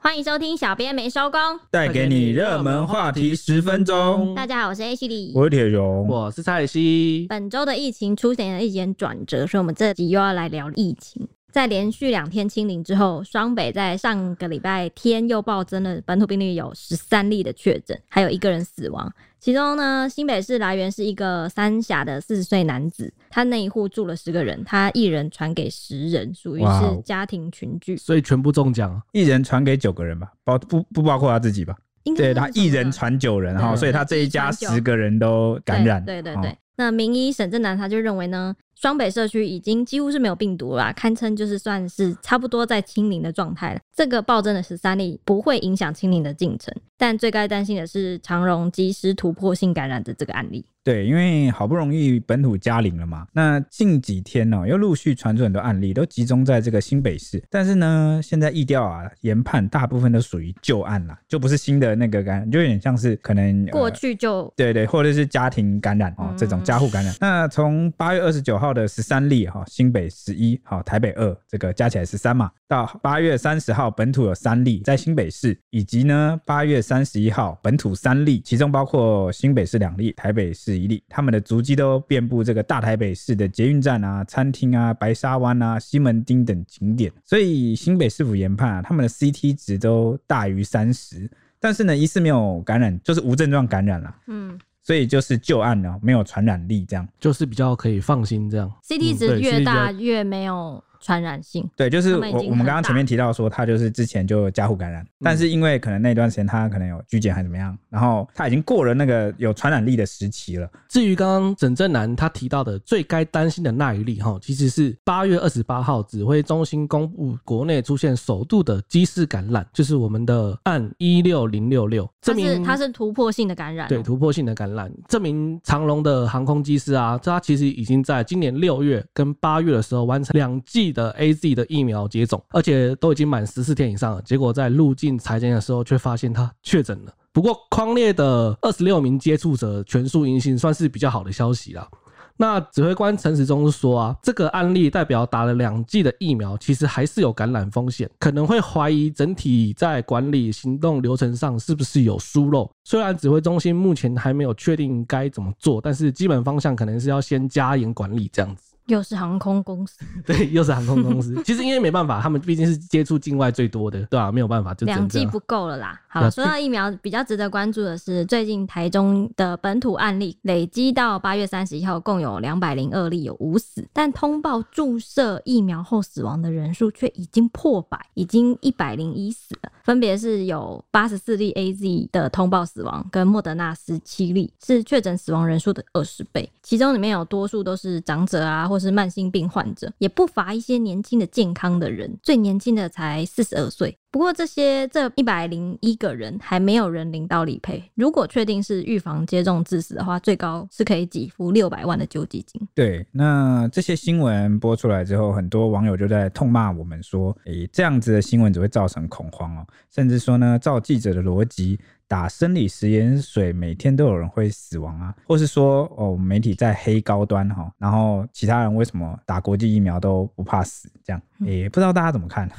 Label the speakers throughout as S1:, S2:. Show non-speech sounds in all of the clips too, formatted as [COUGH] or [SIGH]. S1: 欢迎收听《小编没收工》。
S2: 带给你热门话题十分钟。
S1: 大家好，我是 H 李。
S2: 我是铁雄，
S3: 我是蔡西，
S1: 本周的疫情出现了一点转折，所以我们这集又要来聊疫情。在连续两天清零之后，双北在上个礼拜天又暴增了本土病例有十三例的确诊，还有一个人死亡。其中呢，新北市来源是一个三峡的四十岁男子，他那一户住了十个人，他一人传给十人，属于
S2: 哇
S1: 是
S2: 哦
S1: 家庭群聚。
S3: 所以全部中奖。
S2: 一人传给九个人吧，包不不包括他自己吧？
S1: 应该
S2: 对
S1: 是
S2: 他
S1: 这么
S2: 一人
S1: 说
S2: 传九人哈，
S1: 对
S2: 所以他这一家
S1: 传九
S2: 十个人都感染。
S1: 对对
S2: 哦
S1: 对对，那名医沈正南他就认为呢，双北社区已经几乎是没有病毒了啊，堪称就是算是差不多在清零的状态了。这个暴增的十三例不会影响清零的进程，但最该担心的是长荣及时突破性感染的这个案例。
S2: 对，因为好不容易本土加零了嘛，那近几天哦呢、又陆续传出很多案例，都集中在这个新北市。但是呢，现在疫调啊研判大部分都属于旧案啦，就不是新的那个感染，就有点像是可能呃
S1: 过去就
S2: 对对，或者是家庭感染哦，这种
S1: 嗯
S2: 家户感染。那从八月二十九号的十三例哈、新北十一，好，台北二，这个加起来十三嘛，到八月三十号本土有三例在新北市，以及呢八月三十一号本土三例，其中包括新北市两例，台北市一例，他们的足迹都遍布这个大台北市的捷运站啊、餐厅啊、白沙湾啊、西门町等景点。所以新北市府研判、啊，他们的 CT 值都大于三十。但是呢，疑似没有感染，就是无症状感染啦、
S1: 嗯
S2: 所以就是旧案呢、没有传染力这样。
S3: 就是比较可以放心这样。
S1: ，CT
S3: 嗯
S1: 值
S3: 对
S1: 越
S3: CT
S1: 大
S3: 值
S1: 越没有传染性。
S2: 对，就是
S1: 他们已
S2: 我
S1: 经
S2: 我们
S1: 很
S2: 刚刚
S1: 大
S2: 前面提到说，他就是之前就加护感染，但是因为可能那段时间他可能有居检还怎么样，然后他已经过了那个有传染力的时期了。
S3: 至于刚刚沈正南他提到的最该担心的那一例哈，其实是八月二十八号指挥中心公布国内出现首度的机式感染，就是我们的案一六零六六，
S1: 它
S3: 证
S1: 是
S3: 明
S1: 它是突破性的感染哦、
S3: 对突破性的感染，证明长龙的航空机师啊，他其实已经在今年六月跟八月的时候完成两剂的 A Z 的疫苗接种，而且都已经满十四天以上了。结果在入境裁剪的时候，却发现他确诊了。不过，匡列的二十六名接触者全数阴性，算是比较好的消息啦。那指挥官陈时中说啊，这个案例代表打了两剂的疫苗，其实还是有感染风险，可能会怀疑整体在管理行动流程上是不是有疏漏。虽然指挥中心目前还没有确定该怎么做，但是基本方向可能是要先加严管理这样子。 [LAUGHS]
S1: 又是航空公司，
S3: 对，又是航空公司，其实因为没办法，他们毕竟是接触境外最多的，对吧、没有办法，就只
S1: 两
S3: 能这
S1: 剂
S3: 样啊
S1: 不够了啦。好，
S3: 两
S1: 说
S3: 剂
S1: 到疫苗，比较值得关注的是，最近台中的本土案例累积到八月三十一号，共有两百零二例有无死，但通报注射疫苗后死亡的人数却已经破百，已经一百零一死了，分别是有八十四例 A Z 的通报死亡，跟莫德纳十七例，是确诊死亡人数的二十倍，其中里面有多数都是长者啊，或是慢性病患者，也不乏一些年轻的健康的人，最年轻的才四十二岁。不过这些这一百零一个人还没有人领到理赔，如果确定是预防接种致死的话，最高是可以给付六百万的救济金。
S2: 对，那这些新闻播出来之后，很多网友就在痛骂我们说：“诶，这样子的新闻只会造成恐慌哦，甚至说呢，照记者的逻辑，打生理食盐水，每天都有人会死亡啊，或是说哦，媒体在黑高端哈、哦，然后其他人为什么打国际疫苗都不怕死？这样，诶，不知道大家怎么看？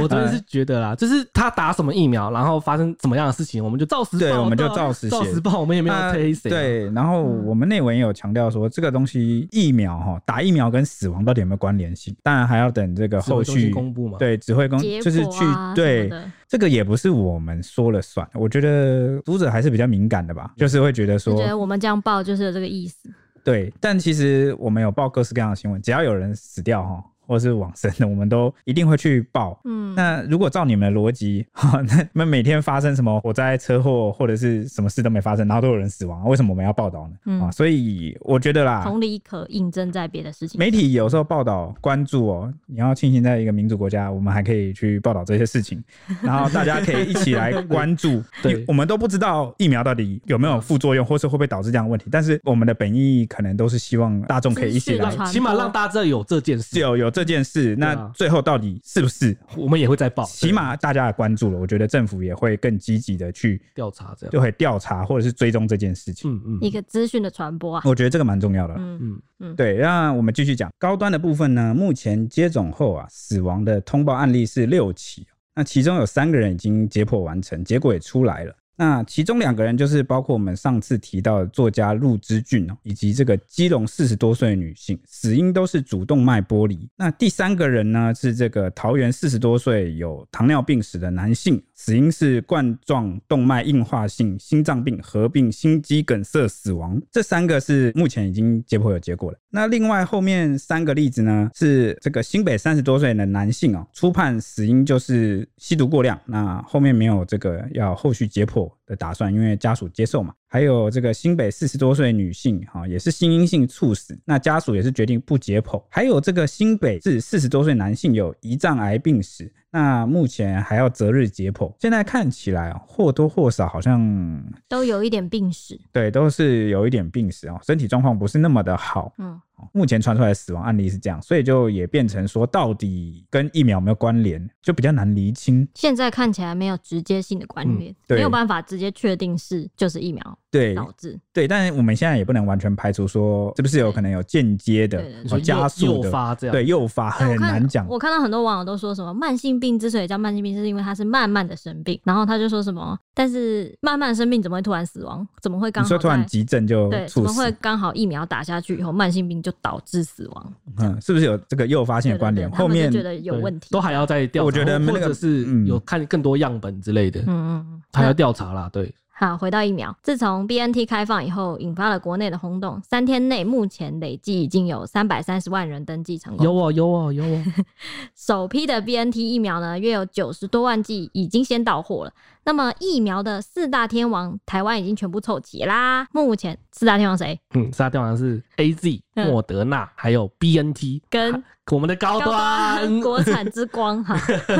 S3: 我真的是觉得啦，就是他打什么疫苗，然后发生什么样的事情，我们就照实
S2: 对
S3: 报
S2: 我们就
S3: 道
S2: 照实
S3: 照
S2: 写
S3: 实报，我们也没有
S2: 呃
S3: 推谁啊、
S2: 对，然后我们内文也有强调说，这个东西疫苗哈，打疫苗跟死亡到底有没有关联性？当然还要等这个
S3: 指挥
S2: 后
S3: 中心
S2: 续
S3: 公布嘛
S2: 对，指挥公
S1: 结
S2: 嗯就是
S1: 果
S2: 去
S1: 啊什么
S2: 对
S1: 的
S2: 这个也不是我们说了算。我觉得读者还是比较敏感的吧，就是会觉得
S1: 就
S2: 说
S1: 觉得我们这样报就是有这个意思。
S2: 对，但其实我们有报各式各样的新闻，只要有人死掉哈，或是往生的，我们都一定会去报。
S1: 嗯，
S2: 那如果照你们的逻辑，哈，那你们每天发生什么火灾、车祸，或者是什么事都没发生，然后都有人死亡，为什么我们要报道呢？
S1: 嗯
S2: 啊，所以我觉得啦，
S1: 同理可印证在别的事情。
S2: 媒体有时候报道关注哦，你要庆幸在一个民主国家，我们还可以去报道这些事情，
S3: [LAUGHS]
S2: 然后大家可以一起来关注。
S3: 对
S2: 因为我们都不知道疫苗到底有没有副作用，或是会不会导致这样的问题，但是我们的本意可能都是希望大众可以一起
S1: 资讯
S2: 来
S1: 传播
S3: 让起码让大家知道有这件事，
S2: 有有这件事，那
S3: 对啊
S2: 最后到底是不是？
S3: 我们也会再报，
S2: 起码大家也关注了，我觉得政府也会更积极的去
S3: 对调查这样。
S2: 就会调查或者是追踪这件事情。
S3: 嗯嗯，
S1: 一个资讯的传播啊，
S2: 我觉得这个蛮重要的啦。
S1: 嗯，
S3: 嗯，
S2: 对，那我们继续讲高端的部分呢。目前接种后啊，死亡的通报案例是六起，那其中有三个人已经解剖完成，结果也出来了。那其中两个人就是包括我们上次提到的作家陆之俊哦，以及这个基隆四十多岁的女性，死因都是主动脉剥离。那第三个人呢是这个桃园四十多岁有糖尿病史的男性，死因是冠状动脉硬化性心脏病合并心肌梗塞死亡。这三个是目前已经解剖有结果了。那另外后面三个例子呢是这个新北三十多岁的男性哦，初判死因就是吸毒过量，那后面没有这个要后续解剖。的打算，因为家属接受嘛。还有这个新北四十多岁女性，哈，也是心因性猝死，那家属也是决定不解剖。还有这个新北至四十多岁男性有胰脏癌病史，那目前还要择日解剖。现在看起来哦或多或少好像
S1: 都有一点病史。
S2: 对都是有一点病史哦，身体状况不是那么的好。
S1: 嗯，
S2: 目前传出来的死亡案例是这样，所以就也变成说，到底跟疫苗有没有关联，就比较难厘清。
S1: 现在看起来没有直接性的关联，
S2: 嗯对
S1: 没有办法直接确定是就是疫苗
S2: 对
S1: 导致。
S2: 对，但是我们现在也不能完全排除说，是不是有可能有间接的
S1: 对对对
S2: 哦
S3: 你说
S2: 加速
S3: 诱
S2: 的
S3: 诱发这样，
S2: 对诱发
S1: 但
S2: 很
S1: 我看
S2: 难讲。
S1: 我看到很多网友都说什么慢性病之所以叫慢性病，是因为它是慢慢的生病。然后他就说什么，但是慢慢生病怎么会突然死亡？怎么会刚
S2: 你
S1: 好
S2: 说突然
S1: 在
S2: 急症就
S1: 对？怎
S2: 猝
S1: 么会
S2: 死，
S1: 刚好疫苗打下去以后，慢性病就导致死亡？
S2: 嗯，是不是有这个诱发性
S1: 对
S2: 的
S1: 对
S2: 关
S1: 对
S2: 联？
S1: 他
S2: 后
S1: 们就
S2: 面
S1: 觉得有
S3: 对
S1: 问题，
S3: 都还要再调查，
S2: 我觉得那
S3: 或
S2: 个
S3: 者是
S2: 嗯
S3: 有看更多样本之类的，
S1: 嗯嗯嗯，
S3: 还要调查啦。对，
S1: 好，回到疫苗，自从 B N T 开放以后，引发了国内的轰动。三天内，目前累计已经有三百三十万人登记成
S2: 啊
S1: 功。
S3: 有哦，有哦，
S1: [LAUGHS]
S3: 有哦，
S1: 首批的 B N T 疫苗呢，约有九十多万剂已经先到货了。那么疫苗的四大天王，台湾已经全部凑齐啦。目前四大天王谁？
S3: 嗯，沙雕像是 A Z、
S1: 嗯
S3: 莫德纳还有 B N T，
S1: 跟
S3: 我们的高端
S1: 国产之光哈。 [LAUGHS]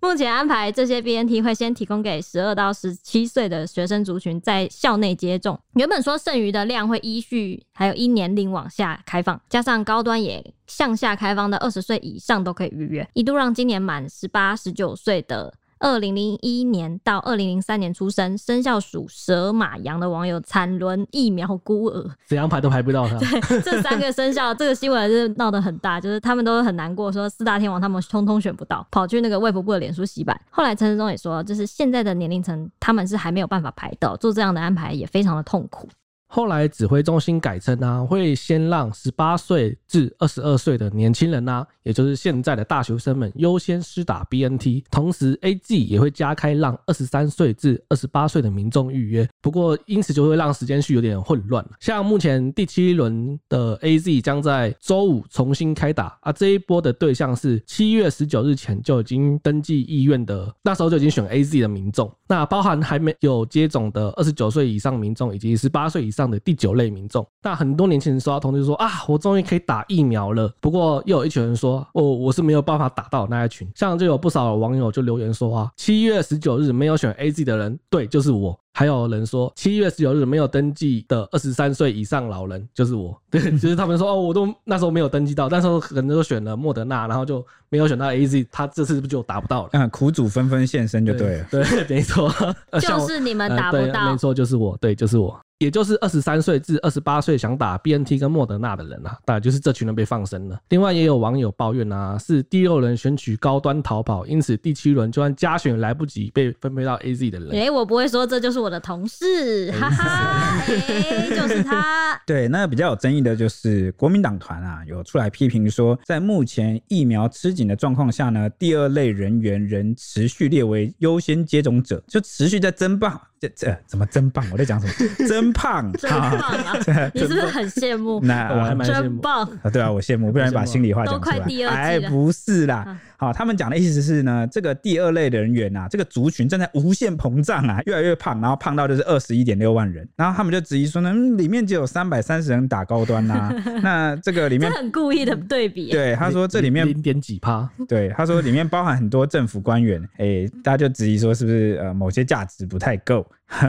S1: 目前安排这些 BNT 会先提供给十二到十七岁的学生族群在校内接种，原本说剩余的量会依序还有一年龄往下开放，加上高端也向下开放到二十岁以上都可以预约，一度让今年满十八、十九岁的。二零零一年到二零零三年出生，生肖属蛇、马、羊的网友惨沦疫苗孤儿，
S3: 怎样排都排不到他。
S1: [LAUGHS] 这三个生肖，这个新闻是闹得很大，就是他们都很难过，说四大天王他们通通选不到，跑去那个卫福部的脸书洗版。后来陈世忠也说，就是现在的年龄层，他们是还没有办法排到，做这样的安排也非常的痛苦。
S3: 后来指挥中心改称啊，会先让十八岁至二十二岁的年轻人啊，也就是现在的大学生们优先施打 BNT，同时 AG 也会加开让二十三岁至二十八岁的民众预约。不过，因此就会让时间序有点混乱了。像目前第七轮的 AZ 将在周五重新开打啊，这一波的对象是七月十九日前就已经登记意愿的，那时候就已经选 AZ 的民众，那包含还没有接种的二十九岁以上民众以及十八岁以上的第九类民众。那很多年轻人收到通知说啊，我终于可以打疫苗了。不过又有一群人说，哦，我是没有办法打到的那一群。像就有不少网友就留言说啊，七月十九日没有选 AZ 的人，对，就是我。还有人说，七月十九日没有登记的二十三岁以上老人就是我， [LAUGHS] 对，就是他们说哦，我都那时候没有登记到，但是我可能就选了莫德纳，然后就没有选到 A Z，他这次是不是就达不到了？
S2: 嗯，苦主纷纷现身就对了。
S3: 对，
S1: [LAUGHS]
S3: 没错，呃
S1: [LAUGHS]
S3: 像
S1: 就
S3: 我
S1: 是你们
S3: 呃
S1: 打不
S3: 对
S1: 到
S3: 没，错，就是我，对，就是我，也就是二十三岁至二十八岁想打 BNT 跟莫德纳的人啊，当然就是这群人被放生了。另外也有网友抱怨啊，是第六轮选取高端逃跑，因此第七轮就算加选来不及被分配到 AZ 的人，
S1: 诶、我不会说这就是我的同事，哈哈，
S3: [LAUGHS]
S1: 诶、就是他。
S2: 对，那比较有争议的就是国民党团啊，有出来批评说，在目前疫苗吃紧的状况下呢，第二类人员仍持续列为优先接种者，就持续在增磅，这这怎么增磅？我在讲什么？增胖，
S1: 真棒
S3: [LAUGHS]
S1: 啊！你是不是很羡慕？
S2: 那
S3: 我还嗯蛮羡
S1: 真
S3: 慕。
S1: 棒！
S2: 啊，对啊，我羡慕，不然把心里话讲出
S1: 都快第
S2: 来。
S1: 二季
S2: 哎，
S1: 了
S2: 不是啦
S1: 啊，
S2: 好，他们讲的意思是呢，这个第二类人员啊，这个族群正在无限膨胀啊，越来越胖，然后胖到就是二十一点六万人，然后他们就质疑说呢，嗯里面只有三百三十人打高端呐、啊
S1: [LAUGHS]
S2: 那这个里
S1: 这
S2: 面。
S1: 很故意的对比、啊
S2: 对，他说这里面
S3: 零点几趴，
S2: 对，他说里面包含很多政府官员，哎、大家就质疑说是不是呃某些价值不太够， [LAUGHS]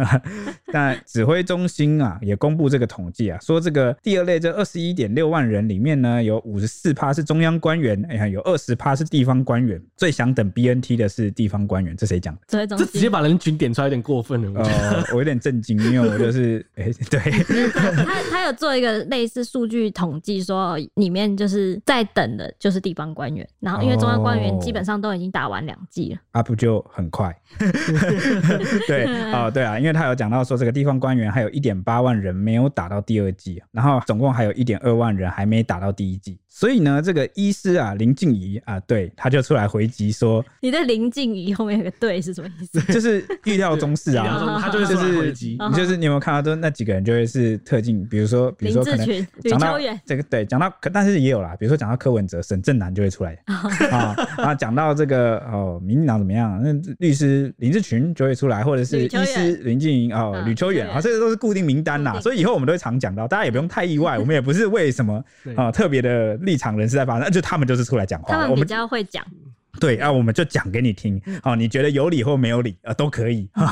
S2: 那指挥中心啊也公布这个统计啊，说这个第二类这二十一点六万人里面呢，有五十四趴是中央官员，哎呀，有二十趴是地方官员，最想等 BNT 的是地方官员，这谁
S1: [LAUGHS]
S2: 讲的？
S1: 指挥中
S3: 这
S1: 心
S3: 直接把人群点出来有点过分了。我觉得
S2: 呃，我有点震惊，因为我就是哎、对， [LAUGHS]
S1: 他 [LAUGHS] 他有做一个类似数据统计，说里面就是在等的就是地方官员，然后因为中央官员基本上都已经打完两季了，
S2: 啊不就很快？ [LAUGHS]
S3: [LAUGHS]
S2: 对，哦对啊，因为他有讲到说这个地方官员还有一点八万人没有打到第二季，啊然后总共还有一点二万人还没打到第一季，所以呢，这个医师啊林静怡啊，对，他就出来回击
S3: [LAUGHS]
S2: 说，
S1: 你的临近仪后面有个对是什么意思？
S2: 就是预料中事
S3: [LAUGHS] 对预料
S2: 啊
S3: 中。事他就会
S2: 就
S3: 出来回
S2: 是
S3: 击
S1: 哦
S2: 你就是你有没有看到，都那几个人就会是特进，比如说 [LAUGHS] 比如说可能
S1: 林志群
S2: 讲到
S1: 吕秋远
S2: 这个对讲到，可但是也有啦，比如说讲到柯文哲、沈正南就会出来
S1: 哦
S2: 啊，然后讲到这个哦，民进党怎么样，那律师林志群就会出来，或者是
S1: 吕秋
S2: 医
S1: 远
S2: 师林静莹哦
S1: 啊、
S2: 吕秋
S1: 吕
S2: 远
S1: 秋远
S2: 啊，这个都是固定名单
S1: 固
S2: 啦，
S1: 定
S2: 所以以后我们都会常讲到，大家也不用太意外，我们也不是为什
S1: [LAUGHS]
S2: 么
S3: 对
S2: 啊特别的立场人士在发声，那就他们就是出来讲话，
S1: 他们
S2: 我
S1: 比
S2: 们
S1: 较会讲，
S2: 对啊，我们就讲给你听，好、你觉得有理或没有理啊、呃都可以、啊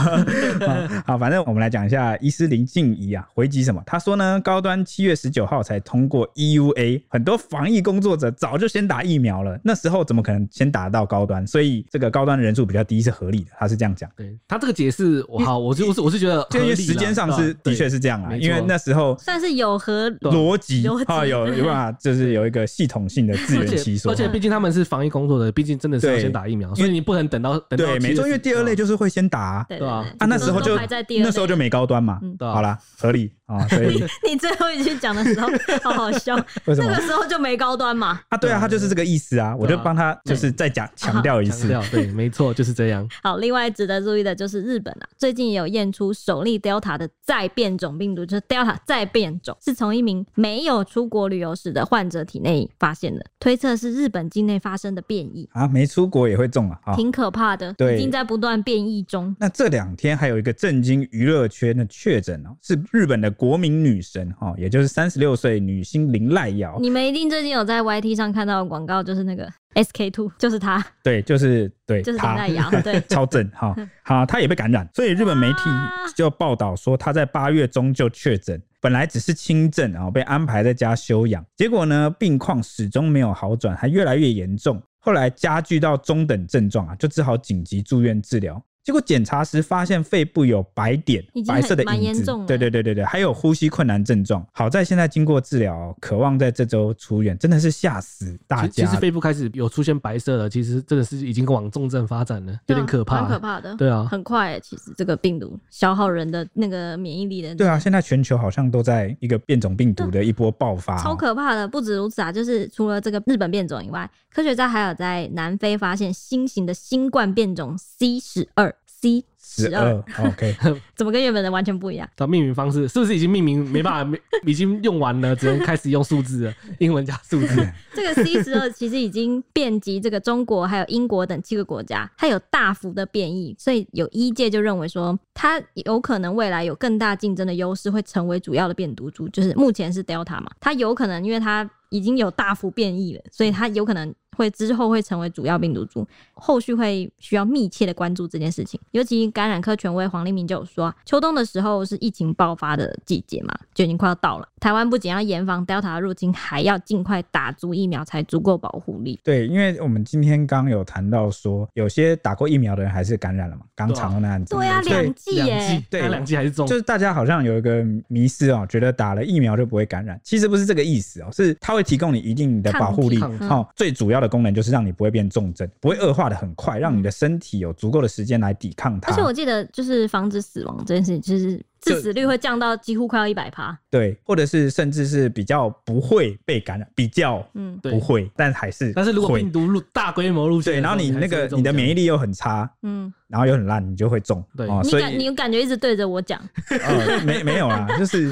S2: 好，反正我们来讲一下医师林静怡啊，回击什么？他说呢，高端七月十九号才通过 EUA，很多防疫工作者早就先打疫苗了，那时候怎么可能先打到高端？所以这个高端人数比较低是合理的，他是这样讲。
S3: 对他这个解释，我好，我就我是我是觉得合
S2: 就因
S3: 理
S2: 为
S3: 啦，
S2: 时间上是的确
S3: 是
S2: 是这样啊，
S3: 没
S2: 因为
S3: 错
S2: 那时候
S1: 算是有和
S2: 逻辑
S1: 逻辑
S2: 啊有有办法，就是有一个系统性的自
S3: 而
S2: 圆其
S3: 且
S2: 说。啊
S3: 而且毕竟他们是防疫工作的，毕竟真的是要
S2: 对
S3: 先打疫苗，
S2: 因为
S3: 所以你不能等到等到
S2: 对，没错，因为第二类就是会先打啊。
S1: 对
S3: 对啊
S1: 对
S2: 啊，那时候
S1: 都
S2: 就
S1: 排在第二类
S2: 那时候就没高端嘛，
S1: 嗯
S3: 对啊
S2: 好啦，合理啊，所以
S1: [LAUGHS] 你最后一句讲的时候，好好笑，
S2: [LAUGHS] 为什
S1: 那
S2: 么
S1: 个时候就没高端嘛。
S2: 啊？对啊，他就是这个意思啊，我就帮他
S3: 对
S2: 就是再讲强调一
S3: 强
S2: 次，
S3: 调对，没错，就是这样。
S1: 好，另外值得注意的就是日本啊，最近也有验出首例 Delta 的再变种病毒，就是 Delta 再变种，是从一名没有出国旅游史的患者体内发现的，推测是日本境内发生的变异，
S2: 啊，没出国也会中
S3: 哦
S2: 啊，啊。
S1: 挺可怕的，
S2: 对
S1: 已经在不断变异中。
S2: 那这两天还有一个震惊娱乐圈的确诊哦，是日本的国民女神哦，也就是三十六岁女星林濑
S3: 哦
S2: 遥，
S1: 你们一定最近有在 YT 上看到的广告，就是那个 SK two，就是 [LAUGHS] 它，
S2: 对，就是对，
S1: 就是林
S2: 她
S1: 奈
S2: [LAUGHS]。
S1: 瑶，对啊
S2: 超正
S1: [LAUGHS]
S2: 哈，好，他也被感染，所以日本媒体就报道说他在八月中就确诊，本来只是轻症啊，被安排在家休养，结果呢，病况始终没有好转，还越来越严重，后来加剧到中等症状啊，就只好紧急住院治疗。结果检查时发现肺部有白点
S1: 已，经很
S2: 白色的
S1: 蛮
S2: 影
S1: 严
S2: 子
S1: 重，了
S2: 对对对对对，还有呼吸困难症状。好在现在经过治疗，渴望在这周出院，真的是吓死大
S3: 其
S2: 家
S3: 其实肺部开始有出现白色了，其实真的是已经往重症发展了，有
S2: 啊
S3: 点可怕。
S1: 蛮可怕的。
S3: 对啊
S1: 很快、欸其实这个病毒消耗人的那个免疫力的，
S2: 对啊，现在全球好像都在一个变种病毒的一波爆发、哦，
S1: 嗯超可怕的。不止如此啊，就是除了这个日本变种以外，科学家还有在南非发现新型的新冠变种 C 十二 C
S2: 十
S1: 十
S2: 二
S1: 二， [LAUGHS]
S2: ，OK，
S1: 怎么跟原本的完全不一样？
S3: 它命名方式是不是已经命名没办法， [LAUGHS] 没已经用完了，只能开始用数
S2: [LAUGHS]
S3: 字了，英文加数
S2: 嗯
S3: 字。
S1: 这个 C 十二其实已经遍及这个中国还有英国等七个国家，它有大幅的变异，所以有医界就认为说，它有可能未来有更大竞争的优势，会成为主要的变毒株。就是目前是 Delta 嘛，它有可能因为它已经有大幅变异了，所以它有可能会之后会成为主要病毒株。后续会需要密切的关注这件事情。尤其感染科权威黄立明就有说啊、秋冬的时候是疫情爆发的季节嘛，就已经快要到了。台湾不仅要严防 Delta 的入侵，还要尽快打足疫苗，才足够保护力。
S2: 对，因为我们今天刚有谈到说，有些打过疫苗的人还是感染了嘛，刚
S3: 对啊
S2: 肠的那案子，
S1: 对啊，
S2: 所以
S1: 两剂
S3: 两
S1: 耶
S3: 剂，，
S2: 对
S3: 它两剂还是中
S2: 就。是大家好像有一个迷思哦，觉得打了疫苗就不会感染，其实不是这个意思哦，是它会提供你一定的保护力
S3: 抗体
S1: 嗯
S2: 哦。最主要的功能就是让你不会变重症，不会恶化的很快，让你的身体有足够的时间来抵抗它。
S1: 嗯而且我记得就是防止死亡这件事情，就是致死率会降到几乎快要一百趴。
S2: 对，或者是甚至是比较不会被感染，比较
S1: 嗯，
S3: 对
S2: 不会，但还是
S3: 但是如果
S2: 会
S3: 病毒入大规模入侵
S2: 对，
S3: 的时
S2: 然
S3: 候，
S2: 后你那个你的免疫
S3: 疫
S2: 力又很差，
S1: 嗯，
S2: 然后又很烂，你就会中。
S3: 对
S2: 哦、
S1: 你
S2: 所
S1: 感
S2: 以
S1: 你感觉一直对着我讲， [LAUGHS]
S2: 呃没没有啦，就是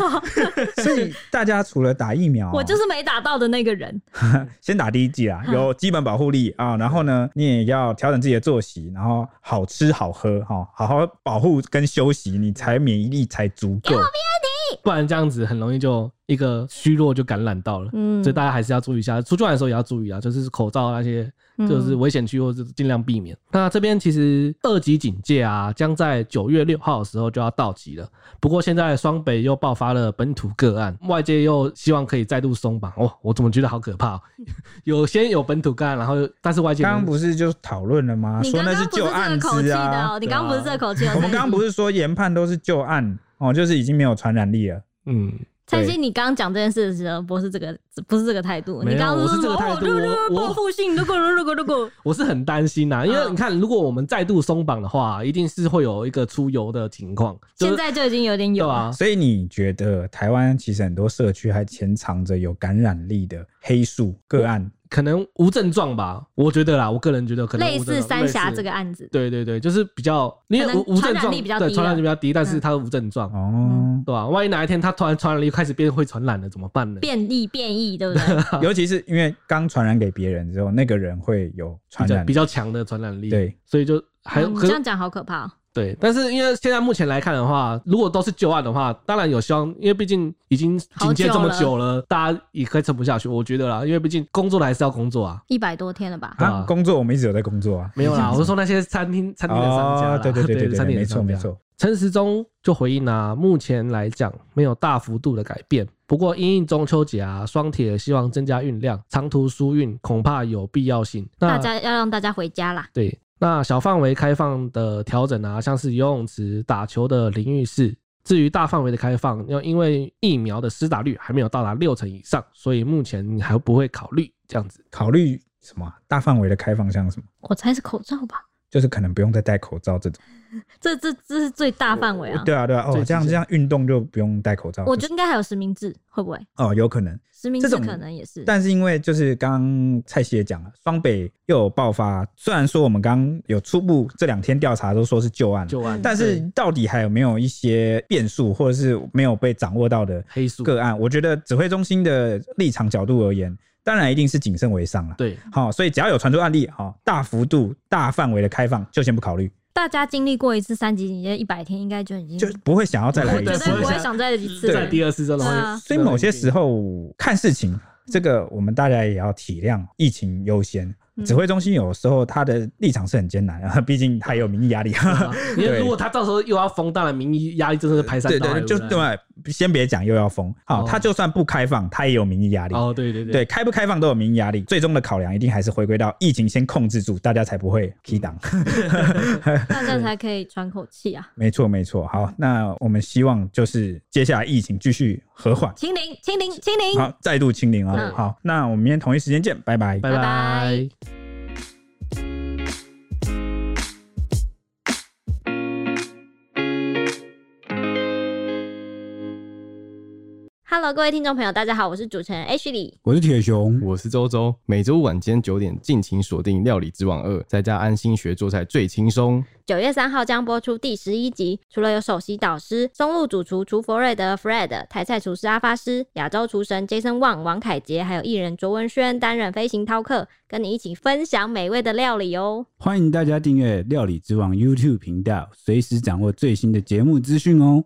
S2: 所以大家除了打疫苗，啊
S1: 我就是没打到的那个人。
S2: 先打第一剂啦，
S1: 嗯
S2: 有基本保护力啊、然后呢，你也要调整自己的作息，然后哦好吃好喝哈、好好保护跟休息，你才免疫力才足够。
S3: 不然这样子很容易就一个虚弱就感染到了。
S1: 嗯，
S3: 所以大家还是要注意一下，出去玩的时候也要注意啊，就是口罩那些
S1: 嗯
S3: 就是危险区或者是尽量避免。那这边其实二级警戒啊，将在九月六号的时候就要到期了。不过现在双北又爆发了本土个案，外界又希望可以再度松绑。哇，我怎么觉得好可怕、哦？ [LAUGHS] 有先有本土个案，然后但是外界
S2: 刚刚不是就讨论了吗？
S1: 你
S2: 说
S1: 刚
S2: 那
S1: 刚不
S2: 旧
S1: 是这
S2: 案
S1: 个口气
S2: 子
S1: 的
S2: 啊
S1: 哦，。你刚刚不是这个口气哦。
S2: 我们刚刚不
S1: 是
S2: 是说研判都是旧案哦，就是已经没有传染力了。
S3: 嗯，
S1: 蔡
S2: 对
S1: 心，你刚刚讲这件事的时候，不是这个，不是这个态度。
S3: 没有
S1: 你刚刚
S3: 我
S1: 说
S3: 是这个
S1: 什么
S3: 态度
S1: 哦
S3: 我
S1: 如果
S3: 我
S1: 报复性，如果如果如果，
S3: 我是很担心呐、因为
S1: 嗯
S3: 你看，如果我们再度松绑的话，一定是会有一个出游的情况。就是
S1: 现在就已经有点
S3: 对
S1: 有了。
S3: 啊，
S2: 所以你觉得台湾其实很多社区还潜藏着有感染力的黑数个案？
S3: 可能无症状吧，我觉得啦，我个人觉得可能
S1: 类
S3: 无症
S1: 似
S3: 状
S1: 三峡这
S3: 类
S1: 个案子
S3: 似，对对对，就是比较因为
S1: 可能
S3: 无无症
S1: 传染
S3: 状
S1: 力比较
S3: 对
S1: 低
S3: 传染
S1: 了嗯
S3: 力比较低，但是它无症状，
S2: 哦，
S3: 对吧、万一哪一天它突然传染力开始变会传染了，怎么办呢？
S1: 变异变异，对不对？
S3: 嗯
S2: 尤其是因为刚传染给别人之后，那个人会有
S3: 比
S2: 传
S3: 较
S2: 染
S3: 比较强的传染力，，
S2: 对，
S3: 所以就 [LAUGHS] 还有
S1: 嗯你
S3: 可
S1: 这
S3: 是
S1: 样讲好可怕哦。
S3: 对，但是因为现在目前来看的话，如果都是旧案的话，当然有希望，因为毕竟已经
S1: 好
S3: 警戒
S1: 久
S3: 这么
S1: 了
S3: 久了，大家也快撑不下去，我觉得啦，因为毕竟工作的还是要工作啊。
S1: 一百多天了吧？
S3: 对
S2: 啊
S3: 啊，
S2: 工作我们一直有在工作啊，
S3: 没有啦， [LAUGHS] 我是说那些餐厅餐厅的商家啦、
S2: 哦对对对对对
S3: 餐厅的
S2: 没错
S3: 商家
S2: 没错。
S3: 陈时中就回应啊，目前来讲没有大幅度的改变，不过因应中秋节啊，双铁希望增加运量，长途疏运恐怕有必要性。那
S1: 大家要让大家回家啦。
S3: 对，那小范围开放的调整啊，像是游泳池、打球的淋浴室。至于大范围的开放，要因为疫苗的施打率还没有到达六成以上，所以目前还不会考虑这样子。
S2: 考虑什么啊大范围的开放，像什么，
S1: 我猜是口罩吧？
S2: 就是可能不用再戴口罩这种。
S1: 这这这是最大范围啊！
S2: 对啊对啊，哦
S3: 最，
S2: 这样
S3: 极限
S2: 这样运动就不用戴口罩。
S1: 我觉得应该还有实名制，会不会？
S2: 哦，有可能。
S1: 实名制
S2: 这种
S1: 可能也是。
S2: 但是因为就是刚刚蔡希也讲了，双北又有爆发，虽然说我们刚刚有初步这两天调查都说是旧案，
S3: 就完，
S2: 但是
S3: 对
S2: 到底还有没有一些变数，或者是没有被掌握到的
S3: 黑数
S2: 个案？我觉得指挥中心的立场角度而言，当然一定是谨慎为上了。
S3: 对
S2: 好、所以只要有传出案例，好、大幅度、大范围的开放就先不考虑，
S1: 大家经历过一次三级警戒一百天，应该就已经
S2: 就不会想要再来一
S1: 绝
S3: 对
S2: 次
S1: 对。不
S3: 我
S1: 会
S3: 想
S1: 想再一次了。
S3: 这在第二次真的
S1: 对啊
S3: 会，
S2: 所以某些时候看事情，这个我们大家也要体谅，疫情优先。
S3: 嗯
S2: 指挥中心有时候他的立场是很艰难，啊， [LAUGHS] 毕竟他有民意压力。
S3: 啊， [LAUGHS] 因为
S2: 对
S3: 如果他到时候又要封，当然民意压力真的是排山
S2: 对
S3: 倒海，
S2: 对，就
S3: 不
S2: 对吧，先别讲又要封，好、
S3: 哦
S2: 他就算不开放，他也有民意压力。
S3: 哦，对对
S2: 对，
S3: 对，
S2: 开不开放都有民意压力，最终的考量一定还是回归到疫情先控制住，大家才不会 key 档。
S3: 嗯
S1: 大家才可以喘口气啊！
S2: [LAUGHS] 没错，没错。好，那我们希望就是接下来疫情继续和缓，
S1: 清零，清零，清零。
S2: 好，再度清零啊
S1: 嗯！
S2: 好，那我们明天同一时间见，拜拜。
S3: 拜
S1: 拜拜
S3: 拜。
S1: Hello，各位听众朋友，大家好，我是主持人 H 李。
S2: 我是铁熊，
S4: 我是周周，每周五晚间九点，敬请锁定《料理之王二》，在家安心学做菜最轻松。
S1: 九月三号将播出第十一集。除了有首席导师、松露主厨厨佛瑞德 Fred、台菜厨师阿发师、亚洲厨神 Jason Wang 王凯杰，还有艺人卓文萱担任飞行饕客，跟你一起分享美味的料理哦。
S5: 欢迎大家订阅《料理之王》YouTube 频道，随时掌握最新的节目资讯哦。